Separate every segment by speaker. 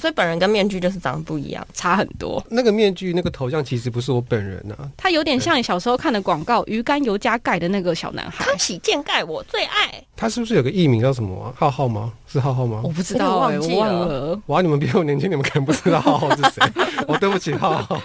Speaker 1: 所以本人跟面具就是长得不一样。
Speaker 2: 差很多。
Speaker 3: 那个面具那个头像其实不是我本人啊，
Speaker 2: 他有点像你小时候看的广告鱼肝油加钙的那个小男孩，
Speaker 1: 康熙健盖我最爱，
Speaker 3: 他是不是有个艺名叫什么、啊、浩浩吗？是浩浩吗
Speaker 2: 我？不知道
Speaker 1: 我
Speaker 2: 哎、
Speaker 1: 忘记
Speaker 2: 我忘
Speaker 1: 了
Speaker 2: 了。
Speaker 3: 哇，你们比我年轻，你们可能不知道浩浩是谁。我、对不起浩浩。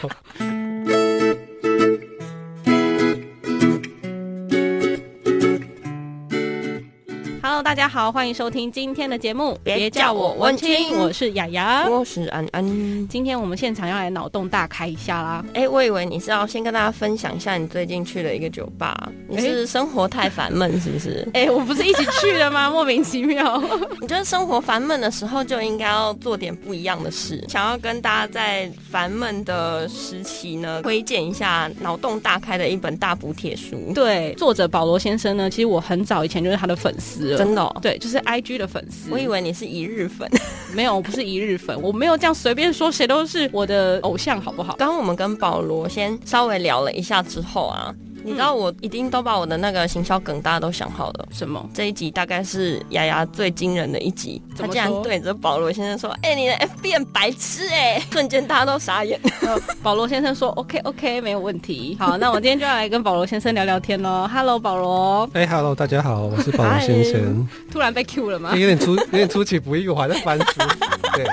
Speaker 2: Hello，大家好，欢迎收听今天的节目，
Speaker 1: 别叫我
Speaker 2: 文
Speaker 1: 文青
Speaker 2: 我是雅雅。
Speaker 1: 啊我是安安。
Speaker 2: 今天我们现场要来脑洞大开一下啦。
Speaker 1: 哎、我以为你是要先跟大家分享一下你最近去的一个酒吧，你是生活太烦闷是不是？
Speaker 2: 哎、我们不是一起去的 吗？莫名其妙。
Speaker 1: 你觉得生活烦闷的时候就应该要做点不一样的事？想要跟大家在烦闷的时期呢，推荐一下脑洞大开的一本大补帖书。
Speaker 2: 对，作者保罗先生呢，其实我很早以前就是他的粉丝了。
Speaker 1: 真的、哦，
Speaker 2: 对，就是 I G 的粉丝。
Speaker 1: 我以为你是一日粉。
Speaker 2: 没有，我不是一日粉，我没有这样随便说谁都是我的偶像，好不好？
Speaker 1: 刚刚我们跟保罗先稍微聊了一下之后啊，
Speaker 2: 嗯
Speaker 1: 你知道我一定都把我的那个行销梗大家都想好了。
Speaker 2: 什么？
Speaker 1: 这一集大概是雅雅最惊人的一集，
Speaker 2: 怎
Speaker 1: 她
Speaker 2: 么
Speaker 1: 竟然
Speaker 2: 说
Speaker 1: 对着保罗先生说：“哎、你的 F B 很白痴哎、瞬间大家都傻眼。
Speaker 2: 呃保罗先生说 OK OK 没有问 题。好，那我今天就要来跟保罗先生聊聊天喽。Hello，保罗，
Speaker 3: 哎、h e l l o 大家好，我是保罗先生。
Speaker 2: 突然被 Q 了吗
Speaker 3: 哎？有点出有点出其不意，我还在翻书。对，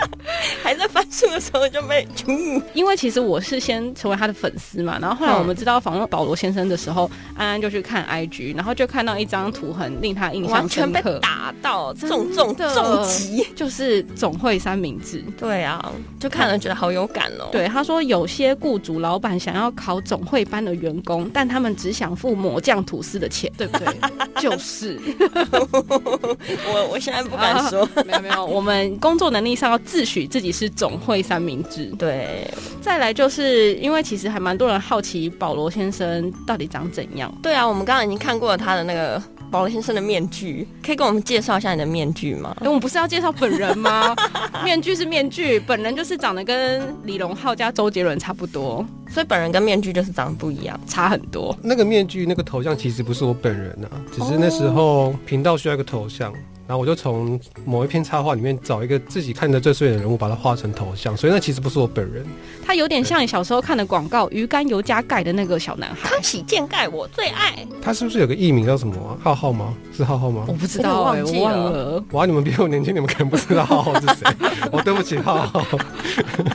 Speaker 1: 还在翻书的时候就被嗯
Speaker 2: 因为其实我是先成为他的粉丝嘛，然后后来我们知道访问保罗先生的时候，安安就去看 IG，然后就看到一张图很令他印
Speaker 1: 完
Speaker 2: 象
Speaker 1: 全
Speaker 2: 深
Speaker 1: 被
Speaker 2: 刻，
Speaker 1: 打到，
Speaker 2: 真
Speaker 1: 重重
Speaker 2: 的
Speaker 1: 重击。
Speaker 2: 就是总会三明治。
Speaker 1: 对啊，就看了觉得好有感哦。，
Speaker 2: 对，他说有些雇主老板想要考总会班的员工，但他们只想付抹酱吐司的钱，对不对？ 就是，
Speaker 1: 我我现在不敢说。
Speaker 2: 没有没有，我们工作能力上要自诩自己是总会三明治。
Speaker 1: 对
Speaker 2: 再来就是因为其实还蛮多人好奇保罗先生到底长怎样，
Speaker 1: 对啊，我们刚刚已经看过了他的那个保罗先生的面具，可以跟我们介绍一下你的面具吗？
Speaker 2: 哎、我们不是要介绍本人吗？ 面具是面具，本人就是长得跟李荣浩加周杰伦差不多，
Speaker 1: 所以本人跟面具就是长得不一样。
Speaker 2: 差很多。
Speaker 3: 那个面具那个头像其实不是我本人啊，只是那时候频道需要一个头像，然后我就从某一篇插画里面找一个自己看得最顺眼的人物，把它画成头像，所以那其实不是我本人。
Speaker 2: 他有点像你小时候看的广告鱼肝油加钙的那个小男孩，
Speaker 1: 康熙健盖我最爱，
Speaker 3: 他是不是有个艺名叫什么、啊、浩浩吗？是浩浩吗
Speaker 2: 我？不知
Speaker 1: 哎
Speaker 2: 道、
Speaker 1: 我
Speaker 2: 哎
Speaker 1: 忘记
Speaker 2: 我忘
Speaker 1: 了
Speaker 2: 了，
Speaker 3: 哇，你们比我年轻，你们可能不知道浩浩是谁。我、对不起浩浩。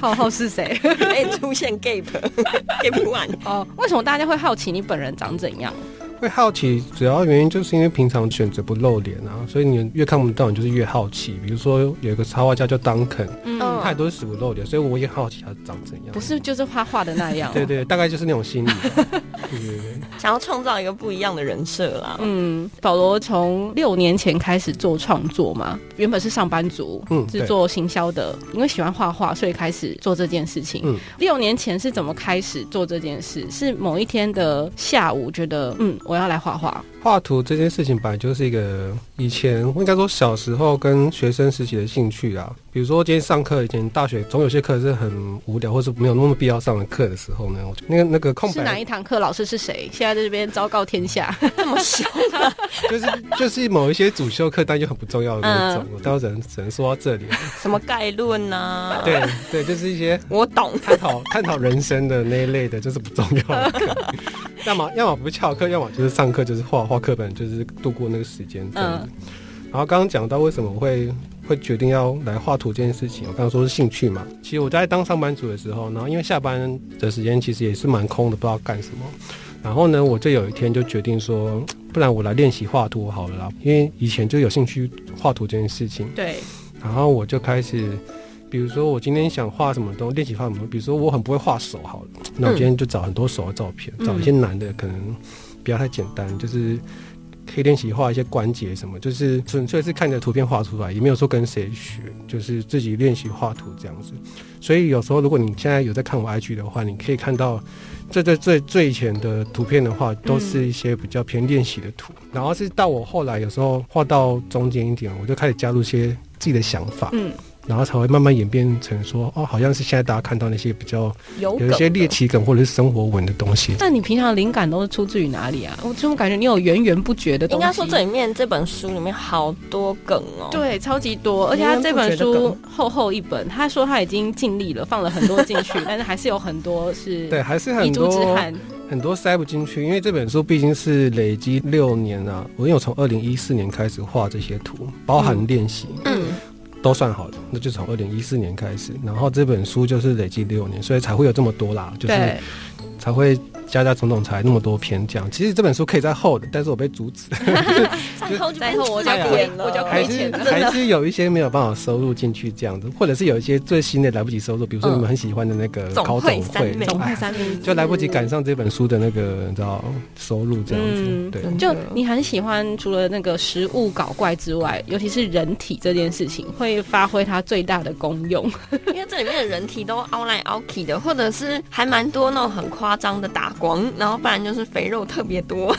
Speaker 2: 浩浩是谁？
Speaker 1: 哎，出现 gap，gap one。
Speaker 2: 哦，为什么大家会好奇你本人长怎样？
Speaker 3: 会好奇，主要原因就是因为平常选择不露脸啊，所以你越看不到，你就是越好奇。比如说有一个插画家叫当肯，
Speaker 2: 嗯
Speaker 1: 嗯，
Speaker 3: 他也都是死不露脸，所以我也好奇他长怎样
Speaker 2: 不。是就是画画的那 样，
Speaker 3: 对对，大概就是那种心理 吧。对对对，
Speaker 1: 想要创造一个不一样的人设啦。
Speaker 2: 嗯，保罗从六年前开始做创作嘛，原本是上班族，
Speaker 3: 嗯
Speaker 2: 是做行销的，因为喜欢画画，所以开始做这件事情。
Speaker 3: 嗯
Speaker 2: 六年前是怎么开始做这件事？是某一天的下午，觉得嗯，我要来画画，
Speaker 3: 画图这件事情本来就是一个以前应该说小时候跟学生时期的兴趣啊。比如说今天上课，以前大学总有些课是很无聊，或是没有那么必要上的课的时候呢，我就那个那个空
Speaker 2: 是哪
Speaker 3: 白
Speaker 2: 一堂课？老师是谁？现在在这边昭告天下。
Speaker 1: 这么小，
Speaker 3: 就是就是某一些主修课，但又很不重要的那种。我当然只能只能说到这里。
Speaker 1: 什么概论呐、啊？
Speaker 3: 对对，就是一些
Speaker 1: 我懂。
Speaker 3: 探讨探讨人生的那一类的，就是不重要的课。要么要么不翘课，要么就是上课就是画画课本，就是度过那个时间这样子。然后刚刚讲到为什么我会会决定要来画图这件事情，我刚刚说是兴趣嘛。其实我在当上班族的时候，然后因为下班的时间其实也是蛮空的，不知道干什么。然后呢，我就有一天就决定说，不然我来练习画图好了啦，因为以前就有兴趣画图这件事情。
Speaker 2: 对，
Speaker 3: 然后我就开始，比如说我今天想画什么东西，练习画什么东西，比如说我很不会画手好了，那我今天就找很多手的照片，
Speaker 2: 嗯
Speaker 3: 找一些难的，可能不要太简单，就是可以练习画一些关节什么，就是纯粹是看着图片画出来，也没有说跟谁学，就是自己练习画图这样子。所以有时候如果你现在有在看我 IG 的话，你可以看到。最最最最以前的图片的话，都是一些比较偏练习的图，然后是到我后来有时候画到中间一点，我就开始加入一些自己的想法，
Speaker 2: 嗯，
Speaker 3: 然后才会慢慢演变成说，哦，好像是现在大家看到那些比较
Speaker 1: 有
Speaker 3: 有一些猎奇梗或者是生活文的东西。
Speaker 2: 那你平常灵感都是出自于哪里啊？我怎么感觉你有源源不绝的东
Speaker 1: 应
Speaker 2: 西？
Speaker 1: 该说这里面这本书里面好多梗哦。，
Speaker 2: 对，超级多，而且他这本书厚厚一本，他说他已经尽力了，放了很多进 去，但是还是有很多是
Speaker 3: 对，还是
Speaker 2: 遗
Speaker 3: 很
Speaker 2: 珠之
Speaker 3: 多
Speaker 2: 憾。
Speaker 3: 很多塞不进去，因为这本书毕竟是累积六年啊，我因为我从二零一四年开始画这些图，包含练习、
Speaker 1: 嗯，
Speaker 3: 都算好了，那就从二零一四年开始，然后这本书就是累积六年，所以才会有这么多啦，就是
Speaker 2: 对，
Speaker 3: 才会加加总总才那么多篇这样。其实这本书可以再厚的，但是我被阻止，
Speaker 1: 再后
Speaker 2: 再后我就
Speaker 1: 太
Speaker 2: 亏
Speaker 1: 贵了，
Speaker 2: 我就
Speaker 3: 还
Speaker 2: 亏
Speaker 3: 是
Speaker 2: 钱啊了。
Speaker 3: 还是有一些没有办法收录进去这样子，或者是有一些最新的来不及收录，比如说
Speaker 1: 嗯
Speaker 3: 你们很喜欢的那个
Speaker 1: 总
Speaker 3: 高
Speaker 1: 会
Speaker 3: 总
Speaker 1: 三
Speaker 3: 会
Speaker 1: 昧，
Speaker 2: 总会
Speaker 3: 哎
Speaker 2: 三明治
Speaker 3: 就来不及赶上这本书的那个你知道收录这样子，
Speaker 2: 嗯
Speaker 3: 对。
Speaker 1: 真的
Speaker 2: 就你很喜欢，除了那个食物搞怪之外，尤其是人体这件事情，会发挥它最大的功用。
Speaker 1: 因为这里面的人体都凹来凹去的，或者是还蛮多那种很夸张的打光，然后不然就是肥肉特别多，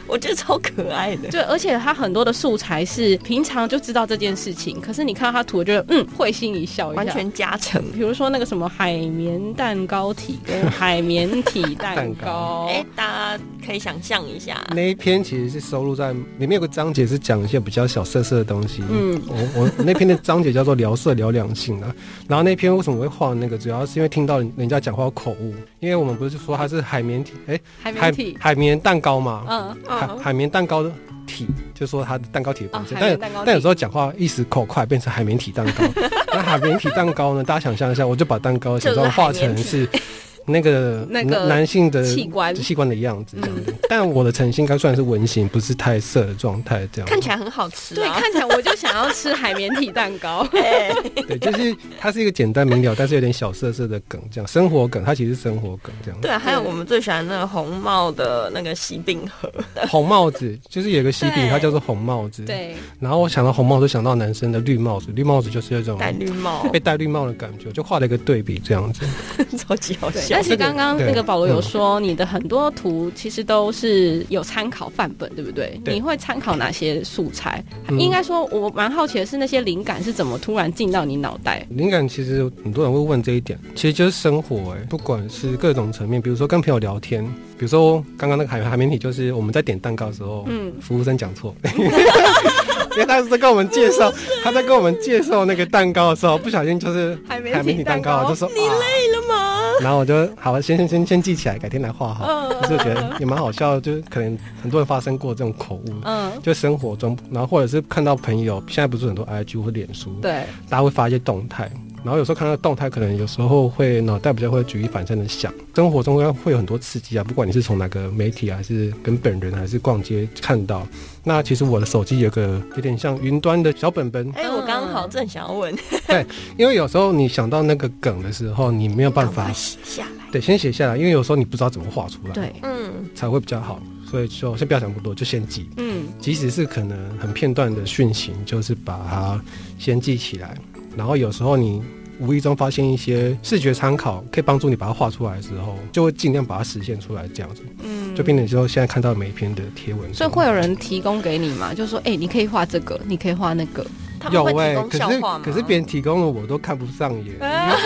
Speaker 1: 我觉得超可爱的。
Speaker 2: 对，而且它很多的素材是平常就知道这件事情，可是你看到它图，就嗯会心一笑一下。
Speaker 1: 完全加成。
Speaker 2: 比如说那个什么海绵蛋糕体 跟海绵体蛋
Speaker 3: 哦
Speaker 2: 糕，
Speaker 1: 哎、大家可以想象一下，
Speaker 3: 那一篇其实是收录在里面有个章节是讲一些比较小色色的东西。
Speaker 2: 嗯
Speaker 3: 嗯，我 我那篇的章节叫做聊色聊两性啊。然后那篇为什么会画那个，主要是因为听到人家讲话有口误，因为我们不是说它是海绵体，哎、
Speaker 2: 海绵
Speaker 3: 海
Speaker 2: 体，
Speaker 3: 海绵蛋糕嘛，
Speaker 2: 嗯，
Speaker 3: 海
Speaker 1: 嗯，
Speaker 3: 海绵蛋糕的体就说它的蛋糕体的
Speaker 2: 哦
Speaker 3: 本，身，
Speaker 2: 海
Speaker 3: 但
Speaker 2: 绵蛋糕体，
Speaker 3: 但有时候讲话一时口快变成海绵体蛋 糕。那海绵体蛋糕呢？大家想象一下，我就把蛋糕的形状画成是。那个
Speaker 2: 那个
Speaker 3: 男男性的
Speaker 2: 器官嗯
Speaker 3: 器官的样子，这样子。但我的呈现应该算是文型，不是太色的状态，这样。
Speaker 1: 看起来很好吃、
Speaker 2: 对，
Speaker 1: 啊。
Speaker 2: 看起来我就想要吃海绵体蛋糕。
Speaker 1: 哎
Speaker 3: 对，就是它是一个简单明了，但是有点小色色的梗，这样生活梗，它其实是生活梗这样。
Speaker 1: 对，啊还有我们最喜欢那个红帽的那个喜饼盒，
Speaker 3: 哦红帽子就是有一个喜饼，
Speaker 1: 对
Speaker 3: 它叫做红帽子。。
Speaker 2: 对，
Speaker 3: 然后我想到红帽，就想到男生的绿帽子，绿帽子就是有一种
Speaker 1: 戴绿帽，
Speaker 3: 被戴绿帽的感觉，我就画了一个对比这样子。
Speaker 1: 超级好
Speaker 2: 对，
Speaker 1: 笑
Speaker 2: 但。是
Speaker 3: 这个
Speaker 2: 刚刚
Speaker 3: 对嗯
Speaker 2: 那个保罗有说，你的很多图其实都是有参考范本，对不对？
Speaker 3: 对
Speaker 2: 你会参考哪些素材？
Speaker 3: 嗯
Speaker 2: 应该说，我蛮好奇的是，那些灵感是怎么突然进到你脑袋？
Speaker 3: 灵感其实很多人会问这一点，其实就是生活哎、不管是各种层面，比如说跟朋友聊天，比如说刚刚那个海海绵体，就是我们在点蛋糕的时候，
Speaker 2: 嗯
Speaker 3: 服务生讲错， 因为他是在跟我们介绍，他在跟我们介绍那个蛋糕的时候，不小心就是
Speaker 2: 海绵体
Speaker 3: 海绵体蛋糕，
Speaker 2: 蛋糕
Speaker 3: 就说你累了吗？然后我就好，先先先先记起来，改天来画好。
Speaker 2: 嗯
Speaker 3: 就是我觉得也蛮好笑，就是可能很多人发生过这种口误，
Speaker 2: 嗯，
Speaker 3: 就生活中，然后或者是看到朋友，现在不是很多 IG 或脸书，
Speaker 2: 对，
Speaker 3: 大家会发一些动态，然后有时候看到动态，可能有时候会脑袋比较会举一反三的想。生活中会有很多刺激啊，不管你是从哪个媒体啊，还是跟本人，还是逛街看到。那其实我的手机有个有点像云端的小本本，
Speaker 1: 哎、我
Speaker 3: 嗯
Speaker 1: 刚好正想要问，
Speaker 3: 因为有时候你想到那个梗的时候，你没有办
Speaker 1: 赶快
Speaker 3: 法，
Speaker 1: 写下来。
Speaker 3: 对，先写下来，因为有时候你不知道怎么画出来，
Speaker 2: 对，
Speaker 1: 嗯，
Speaker 3: 才会比较好。所以就先不要想那么多，就先记。
Speaker 2: 嗯，
Speaker 3: 即使是可能很片段的讯息，就是把它先记起来，然后有时候你无意中发现一些视觉参考，可以帮助你把它画出来的时候，就会尽量把它实现出来，这样子，嗯，就变成说现在看到每一篇的贴文，
Speaker 2: 所以会有人提供给你嘛？就说，哎、你可以画这个，你可以画那个，
Speaker 1: 他们
Speaker 3: 有
Speaker 1: 会提
Speaker 3: 哎、
Speaker 1: 供
Speaker 3: 可
Speaker 1: 笑
Speaker 3: 是
Speaker 1: 话吗？
Speaker 3: 可是别人提供的我都看不上眼。
Speaker 1: 那嗯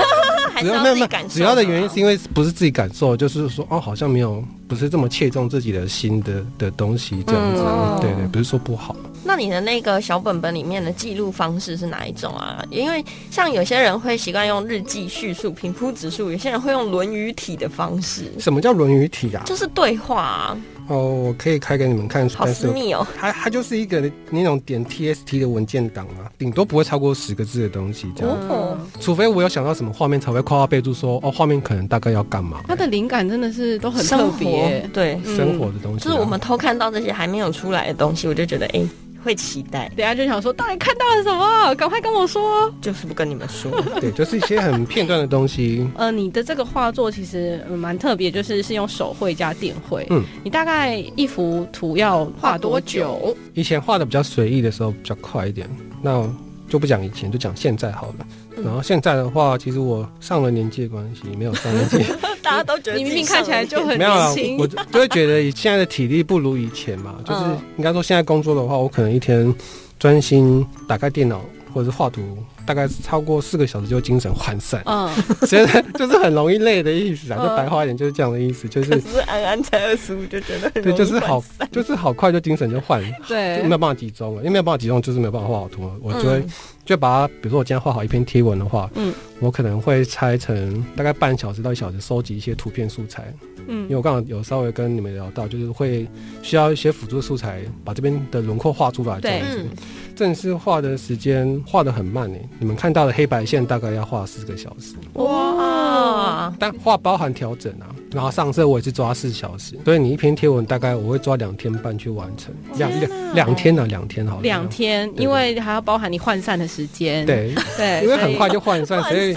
Speaker 1: 还是
Speaker 3: 主要
Speaker 1: 要
Speaker 3: 没
Speaker 1: 自
Speaker 3: 有没有
Speaker 1: 己感，受。啊
Speaker 3: 主要的原因是因为不是自己感受，就是说哦，好像没有不是这么切中自己的心的的东西这样子，
Speaker 1: 嗯
Speaker 3: 对对，不是说不好，
Speaker 1: 那你的那个小本本里面的记录方式是哪一种啊？因为像有些人会习惯用日记叙述平铺直述，有些人会用《论语体》的方式，
Speaker 3: 什么叫《论语体》啊？
Speaker 1: 就是对话、啊，
Speaker 3: 哦，我可以开给你们看，
Speaker 1: 好
Speaker 3: 但
Speaker 1: 私
Speaker 3: 是
Speaker 1: 密哦。
Speaker 3: 它它就是一个那种点 TST 的文件档啊，顶多不会超过十个字的东西这样，
Speaker 1: 哦
Speaker 2: 嗯，
Speaker 3: 除非我有想到什么画面才会括号备注说哦，画面可能大概要干嘛，
Speaker 2: 他的灵感真的是都很特
Speaker 1: 生活
Speaker 2: 别。
Speaker 1: 对，
Speaker 2: 嗯
Speaker 3: 生活的东西啊、
Speaker 1: 就是我们偷看到这些还没有出来的东西，我就觉得哎、会期待，
Speaker 2: 等一下就想说，到底看到了什么？赶快跟我说。
Speaker 1: 就是不跟你们说。
Speaker 3: 对，就是一些很片段的东西。
Speaker 2: 呃，你的这个画作其实嗯蛮特别，就是是用手绘加电绘。
Speaker 3: 嗯，
Speaker 2: 你大概一幅图要画多久？
Speaker 3: 以前画的比较随意的时候比较快一点，那我就不讲以前，就讲现在好了。
Speaker 1: 嗯
Speaker 3: 然后现在的话，其实我上了年纪的关系，没有上年纪，
Speaker 1: 大家都觉得
Speaker 2: 你明明
Speaker 1: 自己
Speaker 2: 看
Speaker 1: 上
Speaker 2: 起来
Speaker 1: 了
Speaker 2: 就很
Speaker 3: 没有啦
Speaker 2: 年轻，
Speaker 3: 我就就会觉得现在的体力不如以前 嘛，就是
Speaker 2: 嗯
Speaker 3: 应该说现在工作的话，我可能一天专心打开电脑或者是画图，大概超过四个小时就精神涣散，
Speaker 2: 嗯，
Speaker 3: 觉得 就是很容易累的意思啊，
Speaker 2: 嗯
Speaker 3: 就白话一点就是这样的意思，就
Speaker 1: 可
Speaker 3: 是
Speaker 1: 是安安才二十五就觉得很
Speaker 3: 对，
Speaker 1: 容易
Speaker 3: 就是好
Speaker 1: 涣散，
Speaker 3: 就是好快就精神就换，就
Speaker 2: 对
Speaker 3: 没，有办法集中了，因为没有办法集中，就是没有办法画好图了，我就会
Speaker 1: 嗯
Speaker 3: 就把它，比如说我今天画好一篇贴文的话，
Speaker 2: 嗯，
Speaker 3: 我可能会拆成大概半小时到一小时，收集一些图片素材，因为
Speaker 2: 嗯，
Speaker 3: 我刚好有稍微跟你们聊到，就是会需要一些辅助素材，把这边的轮廓画出来。这
Speaker 2: 对
Speaker 3: 样子
Speaker 1: 嗯，
Speaker 3: 正式画的时间画的很慢呢，欸你们看到的黑白线大概要画四个小时，
Speaker 1: 哇，
Speaker 3: 但画包含调整啊，然后上色我也是抓四小时，所以你一篇贴文大概我会抓两天半去完成，两
Speaker 1: 天哪
Speaker 3: 两两天呢、两天好了，
Speaker 2: 两。天，
Speaker 3: 对
Speaker 2: 因为还要包含你涣散的时间，
Speaker 3: 对，
Speaker 2: 对，
Speaker 3: 因为
Speaker 2: 所以
Speaker 3: 很快就换算，所以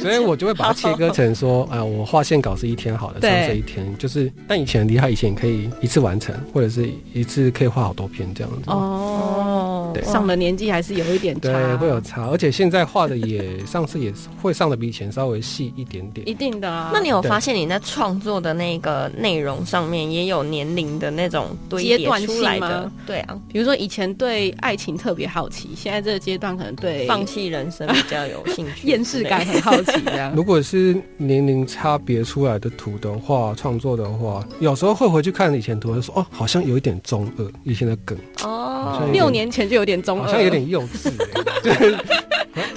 Speaker 3: 所以我就会把它切割成说，啊、我画线稿是一天好了，
Speaker 2: 对
Speaker 3: 上色一天，就是但以前很厉害，以前可以一次完成，或者是一次可以画好多篇这样子。
Speaker 2: 哦，
Speaker 1: 哦
Speaker 3: 对
Speaker 2: 上了年纪还是有一点差，
Speaker 3: 对，会有差，而且现在画的也上次也是会上的比以前稍微细一点点。
Speaker 2: 一定的啊。
Speaker 1: 那你有发现你在创作的那个内容上面也有年龄的那种堆
Speaker 2: 阶
Speaker 1: 叠
Speaker 2: 段性
Speaker 1: 出来的
Speaker 2: 吗？
Speaker 1: 对啊，
Speaker 2: 比如说以前对爱情特别好奇，现在这个阶段可能对
Speaker 1: 放弃人生比较有兴趣，
Speaker 2: 厌世感。很好奇，这 样
Speaker 3: 如果是年龄差别出来的图的话，创作的话，有时候会回去看以前图，就说哦，好像有一点中二，以前的梗，好
Speaker 1: 哦
Speaker 3: 像，
Speaker 2: 六年前就有点中
Speaker 3: 好
Speaker 2: 二，
Speaker 3: 像有点幼稚、欸，就是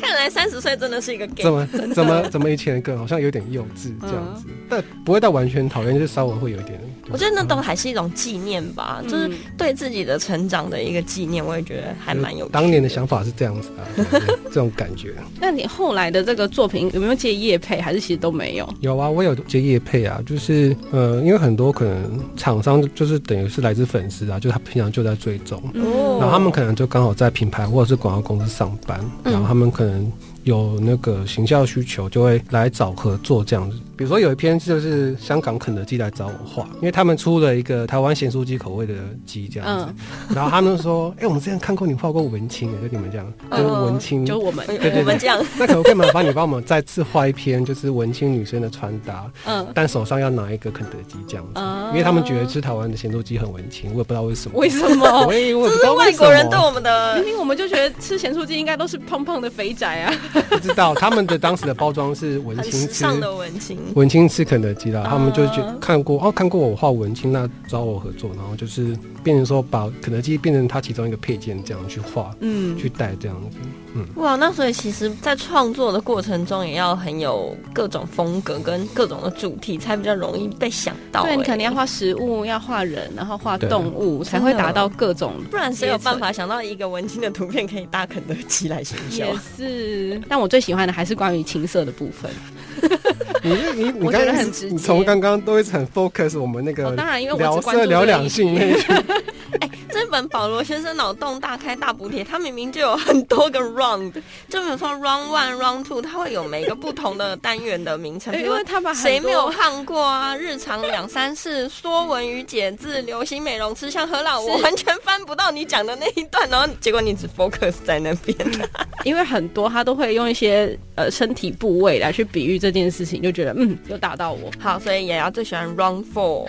Speaker 1: 看来三十岁真的是一个 gay
Speaker 3: 怎么怎么怎么以前的梗好像有点幼稚
Speaker 1: 嗯
Speaker 3: 这样子，但不会到完全讨厌，就是稍微会有一点。就是
Speaker 1: 我觉得那都还是一种纪念吧，
Speaker 2: 嗯，
Speaker 1: 就是对自己的成长的一个纪念，我也觉得还蛮有趣
Speaker 3: 当年的想法是这样子啊，对这种感觉。
Speaker 2: 那你后来的这个作品有没有接叶配，还是其实都没有？
Speaker 3: 有啊，我有接业配啊，就是呃，因为很多可能厂商就是等于是来自粉丝啊，就是他平常就在追踪，
Speaker 2: 嗯
Speaker 1: 哦
Speaker 3: 然后他们可能就刚好在品牌或者是广告公司上班，
Speaker 1: 嗯
Speaker 3: 然后他们可能有那个行销需求，就会来找合作这样子。比如说有一篇就是香港肯德基来找我画，因为他们出了一个台湾咸酥鸡口味的鸡这样子，
Speaker 1: 嗯
Speaker 3: 然后他们说，哎、我们之前看过你画过文青的，就你 们这样，就是
Speaker 1: 哦
Speaker 3: 文青，
Speaker 2: 就是我们，
Speaker 1: 哎呦
Speaker 3: 对对对
Speaker 1: 我们这样，
Speaker 3: 那可不可以麻烦你帮我们再次画一篇，就是文青女生的穿搭？
Speaker 2: 嗯
Speaker 3: 但手上要拿一个肯德基这样子，
Speaker 2: 啊
Speaker 1: 哦
Speaker 3: 因为他们觉得吃台湾的咸猪鸡很文青，我也不知道为什么。
Speaker 2: 为什么？
Speaker 3: 我也我也
Speaker 1: 这
Speaker 3: 不知
Speaker 1: 是
Speaker 3: 道为
Speaker 1: 外
Speaker 3: 什
Speaker 1: 国人对
Speaker 3: 么，
Speaker 1: 我们的
Speaker 2: 明明我们就觉得吃咸酥鸡应该都是胖胖的肥宅啊，
Speaker 3: 不知道他们的当时的包装是文
Speaker 1: 很
Speaker 3: 青
Speaker 1: 时
Speaker 3: 吃
Speaker 1: 尚的文青。
Speaker 3: 文青吃肯德基啦，
Speaker 2: 啊
Speaker 3: 他们就觉看过哦，看过我画文青，那找我合作，然后就是变成说把肯德基变成它其中一个配件这样去画
Speaker 2: 嗯，
Speaker 3: 去带这样 子，
Speaker 1: 哇，那所以其实，在创作的过程中，也要很有各种风格跟各种的主题，才比较容易被想到、
Speaker 2: 对你
Speaker 1: 哎
Speaker 2: 肯定要画食物，要画人，然后画
Speaker 3: 对
Speaker 2: 动物，才会达到各种。
Speaker 1: 不然谁有办法想到一个文青的图片可以搭肯德基来行销
Speaker 2: 也？是，但我最喜欢的还是关于情色的部分。
Speaker 3: 你你你
Speaker 2: 我觉
Speaker 3: 刚
Speaker 2: 得
Speaker 3: 刚
Speaker 2: 很直接
Speaker 3: 你从刚刚都一直很 focus 我们那个
Speaker 2: 哦当然因为我只
Speaker 3: 聊
Speaker 2: 关注
Speaker 3: 色聊
Speaker 2: 这个
Speaker 3: 两
Speaker 2: 议
Speaker 3: 性那一区，
Speaker 1: 这本保罗先生脑洞大开大补帖，他明明就有很多个 round，就比如说 round one、round two，它会有每个不同的单元的名称，
Speaker 2: 哎
Speaker 1: 比
Speaker 2: 因
Speaker 1: 如
Speaker 2: 为他把很
Speaker 1: 谁没有
Speaker 2: 多
Speaker 1: 看过啊？日常两三次，说文与解字，流行美容吃相何老，我
Speaker 2: 是
Speaker 1: 完全翻不到你讲的那一段，然后结果你只 focus 在那 边，
Speaker 2: 因为很多他都会用一些呃身体部位来去比喻这件事情，就觉得嗯，有打到我。
Speaker 1: 好，所以也要最喜欢 round four，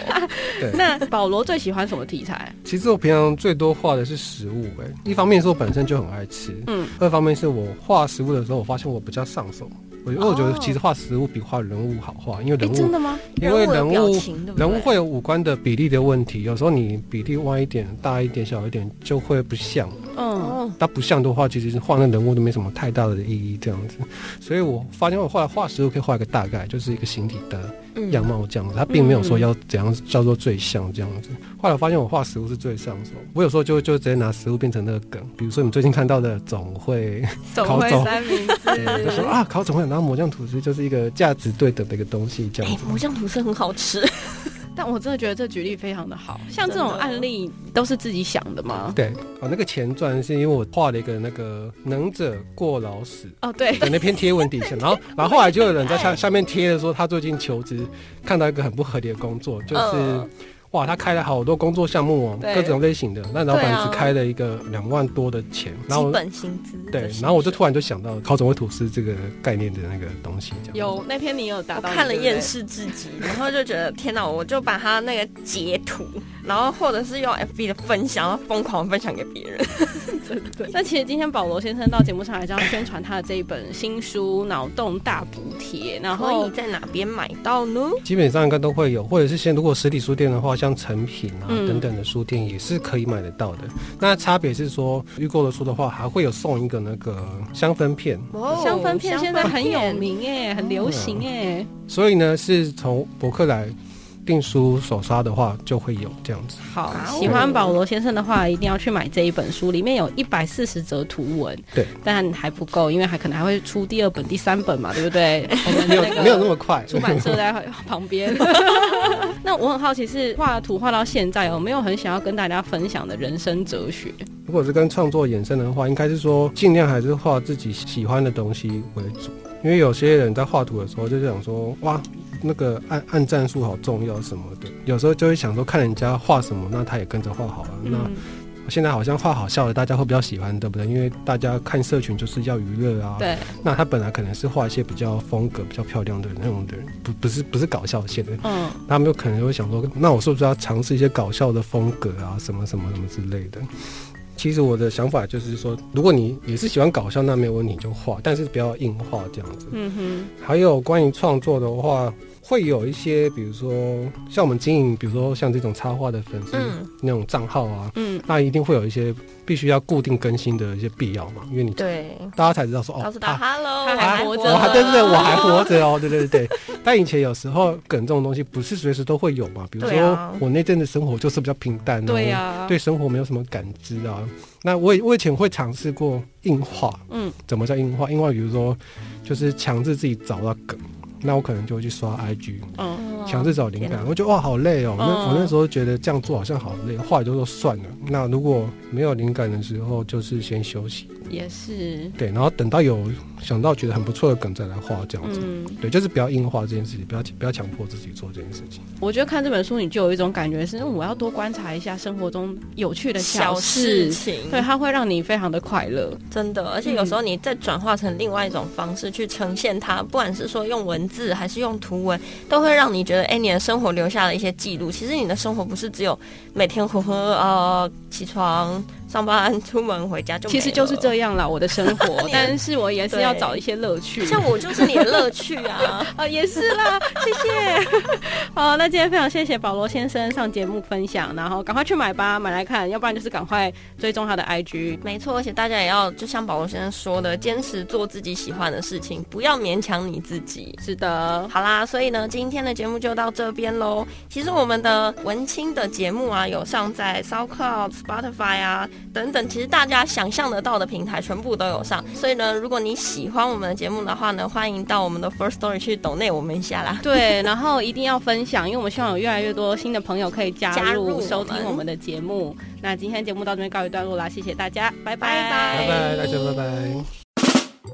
Speaker 3: 对。
Speaker 2: 那保罗最喜欢什么题材？
Speaker 3: 其实我平常最多画的是食物、欸，一方面是我本身就很爱吃，
Speaker 2: 嗯
Speaker 3: 嗯，二方面是我画食物的时候，我发现我比较上手，我因为我觉得其实画食物比画人物好画，因为
Speaker 2: 哎
Speaker 3: 人，
Speaker 2: 真
Speaker 3: 物
Speaker 2: 的吗？
Speaker 3: 因为
Speaker 1: 人
Speaker 3: 人
Speaker 1: 物有
Speaker 3: 物
Speaker 1: 表情对不对
Speaker 3: 人物会有五官的比例的问题，有时候你比例歪一点、大一点、小一点就会不像，
Speaker 2: 嗯，
Speaker 1: 哦，
Speaker 3: 它不像的话，其实画那人物都没什么太大的意义这样子，所以我发现我后来画食物可以画一个大概，就是一个形体的
Speaker 1: 嗯
Speaker 3: 样貌这样子，他并没有说要怎样叫做最像这样子。后来我发现我画食物是最上手，我有时候就就直接拿食物变成那个梗，比如说你们最近看到的总会，
Speaker 2: 总会
Speaker 3: 烤肘
Speaker 2: 三明
Speaker 3: 对就说
Speaker 2: 治。
Speaker 3: 啊烤总会，然后抹酱吐司就是一个价值对等的一个东西这
Speaker 1: 哎、
Speaker 3: 样子。
Speaker 1: 魔酱吐司很好吃，
Speaker 2: 但我真的觉得这举例非嗯常的哦好，像这种
Speaker 1: 真的
Speaker 2: 案例都是自己想的吗？
Speaker 3: 对，哦，那个前传是因为我画了一个那个能者过 劳死。
Speaker 2: 哦，对，
Speaker 3: 的那篇贴文底下，然后然后后来就有人在下下面贴的说，他最近求职看到一个很不合理的工作，就是、
Speaker 1: 嗯
Speaker 3: 哇，他开了好多工作项目哦，
Speaker 2: 对
Speaker 3: 各种类型的，那老
Speaker 1: 对
Speaker 3: 板
Speaker 1: 啊
Speaker 3: 只开了一个两万多的钱，然后
Speaker 1: 基。本薪资的
Speaker 3: 对
Speaker 1: 薪，水
Speaker 3: 然后我就突然就想到烤总会吐司这个概念的那个东西，这样
Speaker 2: 有那篇你有达
Speaker 1: 我
Speaker 2: 到你，
Speaker 1: 看了
Speaker 2: 对不
Speaker 1: 厌
Speaker 2: 对。
Speaker 1: 世至极，然后就觉得天哪！我就把他那个截图，然后或者是用 FB 的分享，然后疯狂分享给别人，
Speaker 2: 真的。那其实今天保罗先生到节目上来，是要宣传他的这一本新书《脑洞大补贴》，然
Speaker 1: 可以
Speaker 2: 后
Speaker 1: 在哪边买到呢？
Speaker 3: 基本上应该都会有，或者是先如果实体书店的话，像成品啊、
Speaker 2: 嗯
Speaker 3: 等等的书店也是可以买得到的。那差别是说，预购的书的话，还会有送一个那个香氛片，
Speaker 1: 哦
Speaker 2: 香氛片现在很有，
Speaker 1: 香氛片
Speaker 2: 名哎，很流行哎。
Speaker 3: 所以呢是从博客来订书手刷的话就会有这样子。
Speaker 2: 好，
Speaker 1: 好
Speaker 2: 喜欢保罗先生的话，一定要去买这一本书，里面有一百四十则图文。
Speaker 3: 对，
Speaker 2: 但还不够，因为还可能还会出第二本、第三本嘛，对不对？我们
Speaker 3: 哦没有
Speaker 2: 那个
Speaker 3: 没有那么快，
Speaker 2: 出版社在旁 边。那我很好奇，是画图画到现在，有没有很想要跟大家分享的人生哲学？
Speaker 3: 如果是跟创作衍生的话，应该是说尽量还是画自己喜欢的东西为主，因为有些人在画图的时候就想说，哇，那个按按战术好重要什么的，有时候就会想说看人家画什么，那他也跟着画好了。
Speaker 2: 嗯
Speaker 3: 那现在好像画好笑的，大家会比较喜欢，对不对？因为大家看社群就是要娱乐啊。。
Speaker 2: 对，
Speaker 3: 那他本来可能是画一些比较风格比较漂亮的那种的人，不不是不是搞笑线的，
Speaker 2: 嗯，
Speaker 3: 他们有可能就会想说，那我是不是要尝试一些搞笑的风格啊，什么什么什么之类的？其实我的想法就是说，如果你也是喜欢搞笑，那没有问题你就画，但是不要硬画这样子。
Speaker 2: 嗯哼，
Speaker 3: 还有关于创作的话，会有一些，比如说像我们经营，比如说像这种插画的粉丝、
Speaker 1: 嗯，
Speaker 3: 那种账号啊，
Speaker 2: 嗯，
Speaker 3: 那一定会有一些必须要固定更新的一些必要嘛，因为你
Speaker 1: 对，
Speaker 3: 大家才知道说哦，
Speaker 1: 告诉
Speaker 3: 他
Speaker 1: 他 “hello”，
Speaker 2: 他
Speaker 1: 我
Speaker 2: 还
Speaker 1: 还
Speaker 2: 活
Speaker 1: 活
Speaker 2: 着
Speaker 1: 着
Speaker 3: 我还对对对，我还
Speaker 1: 哦
Speaker 3: 活着哦，对对对对。但以前有时候梗这种东西不是随时都会有嘛，比如
Speaker 1: 对
Speaker 3: 说
Speaker 1: 啊
Speaker 3: 我那阵子生活就是比较平淡、啊，
Speaker 2: 对呀、
Speaker 3: 我对生活没有什么感知啊。那我也我以前会尝试过硬化，
Speaker 2: 嗯，
Speaker 3: 怎么叫硬化？硬化比如说就是强制自己找到梗，那我可能就会去刷 IG，
Speaker 2: 嗯，
Speaker 3: 强制找灵
Speaker 1: 天
Speaker 3: 感
Speaker 1: 哪。
Speaker 3: 我觉得哇好累哦，那
Speaker 2: 嗯
Speaker 3: 我那时候觉得这样做好像好累，后来就说算了。那如果没有灵感的时候，就是先休息，
Speaker 2: 也是，
Speaker 3: 对，然后等到有想到觉得很不错的梗再来画这样子。
Speaker 2: 嗯。
Speaker 3: 对，就是不要硬化这件事情，不要不要强迫自己做这件事情。
Speaker 2: 我觉得看这本书，你就有一种感觉是，嗯我要多观察一下生活中有趣的
Speaker 1: 小
Speaker 2: 事
Speaker 1: 事，情，
Speaker 2: 对，它会让你非常的快乐。
Speaker 1: 真的，而且有时候你再转化成另外一种方式去呈现它，不管是说用文字还是用图文，都会让你觉得，哎、你的生活留下了一些记录。其实你的生活不是只有每天浑浑噩噩起床、上班、出门、回家就，
Speaker 2: 其实就是。这样啦，我的生活
Speaker 1: 你，
Speaker 2: 但是我也是要
Speaker 1: 对
Speaker 2: 找一些乐趣。
Speaker 1: 像我就是你的乐趣啊！
Speaker 2: 啊，也是啦，谢谢。 好，那今天非常谢谢保罗先生上节目分享，然后赶快去买吧，买来看，要不然就是赶快追踪他的 IG。
Speaker 1: 没错，而且大家也要就像保罗先生说的，坚持做自己喜欢的事情，不要勉强你自己。
Speaker 2: 是的，
Speaker 1: 好啦，所以呢，今天的节目就到这边喽。其实我们的文青的节目啊，有上在 SoundCloud、Spotify 啊等等，其实大家想象得到的平台全部都有上。所以呢，如果你喜欢我们的节目的话呢，欢迎到我们的 First Story 去抖内我们一下啦。
Speaker 2: 对，然后一定要分享，因为我们希望有越来越多新的朋友可以加入
Speaker 1: 加入我们
Speaker 2: 收听我们的节目。那今天节目到这边告一段落啦，谢谢大家，拜
Speaker 1: 拜
Speaker 3: 拜
Speaker 1: 拜
Speaker 3: 拜，大家拜拜。